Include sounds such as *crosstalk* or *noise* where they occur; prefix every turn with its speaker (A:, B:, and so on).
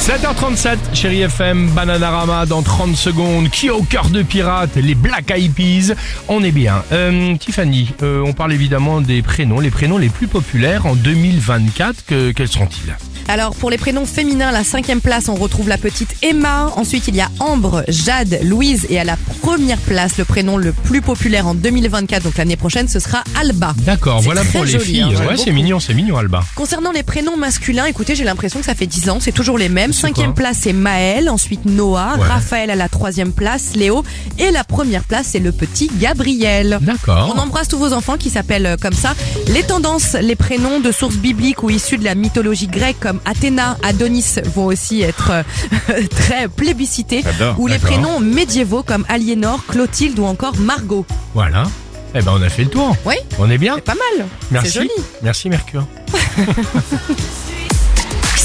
A: 7h37, chérie FM, Bananarama dans 30 secondes, qui est au cœur de pirate, les Black Eyed Peas, on est bien. Euh, Tiffany, euh, on parle évidemment des prénoms, les prénoms les plus populaires en 2024, que, quels sont-ils
B: Alors pour les prénoms féminins, la cinquième place, on retrouve la petite Emma. Ensuite, il y a Ambre, Jade, Louise. Et à la première place, le prénom le plus populaire en 2024, donc l'année prochaine, ce sera Alba.
A: D'accord,
B: C'est
A: voilà
B: très
A: pour les
B: joli, hein,
A: filles.
B: j'aime
A: ouais, c'est
B: beaucoup.
A: mignon, c'est mignon Alba.
B: Concernant les prénoms masculins, écoutez, j'ai l'impression que ça fait 10 ans, c'est toujours les mêmes.
A: C'est
B: Cinquième
A: quoi
B: place, c'est Maël. Ensuite, Noah.
A: Ouais.
B: Raphaël à la troisième place, Léo. Et la première place, c'est le petit Gabriel. On
A: D'accord.
B: embrasse tous vos enfants qui s'appellent euh, comme ça. Les tendances, les prénoms de sources bibliques ou issus de la mythologie grecque comme Athéna, Adonis vont aussi être euh, *laughs* très plébiscités.
A: J'adore,
B: Ou les
A: Ah ben, d'accord.
B: prénoms médiévaux comme Aliénor, Clotilde ou encore Margot.
A: Voilà. Eh ben on a fait le tour.
B: Oui.
A: On est bien.
B: C'est pas mal.
A: Merci.
B: C'est joli.
A: Merci Mercure.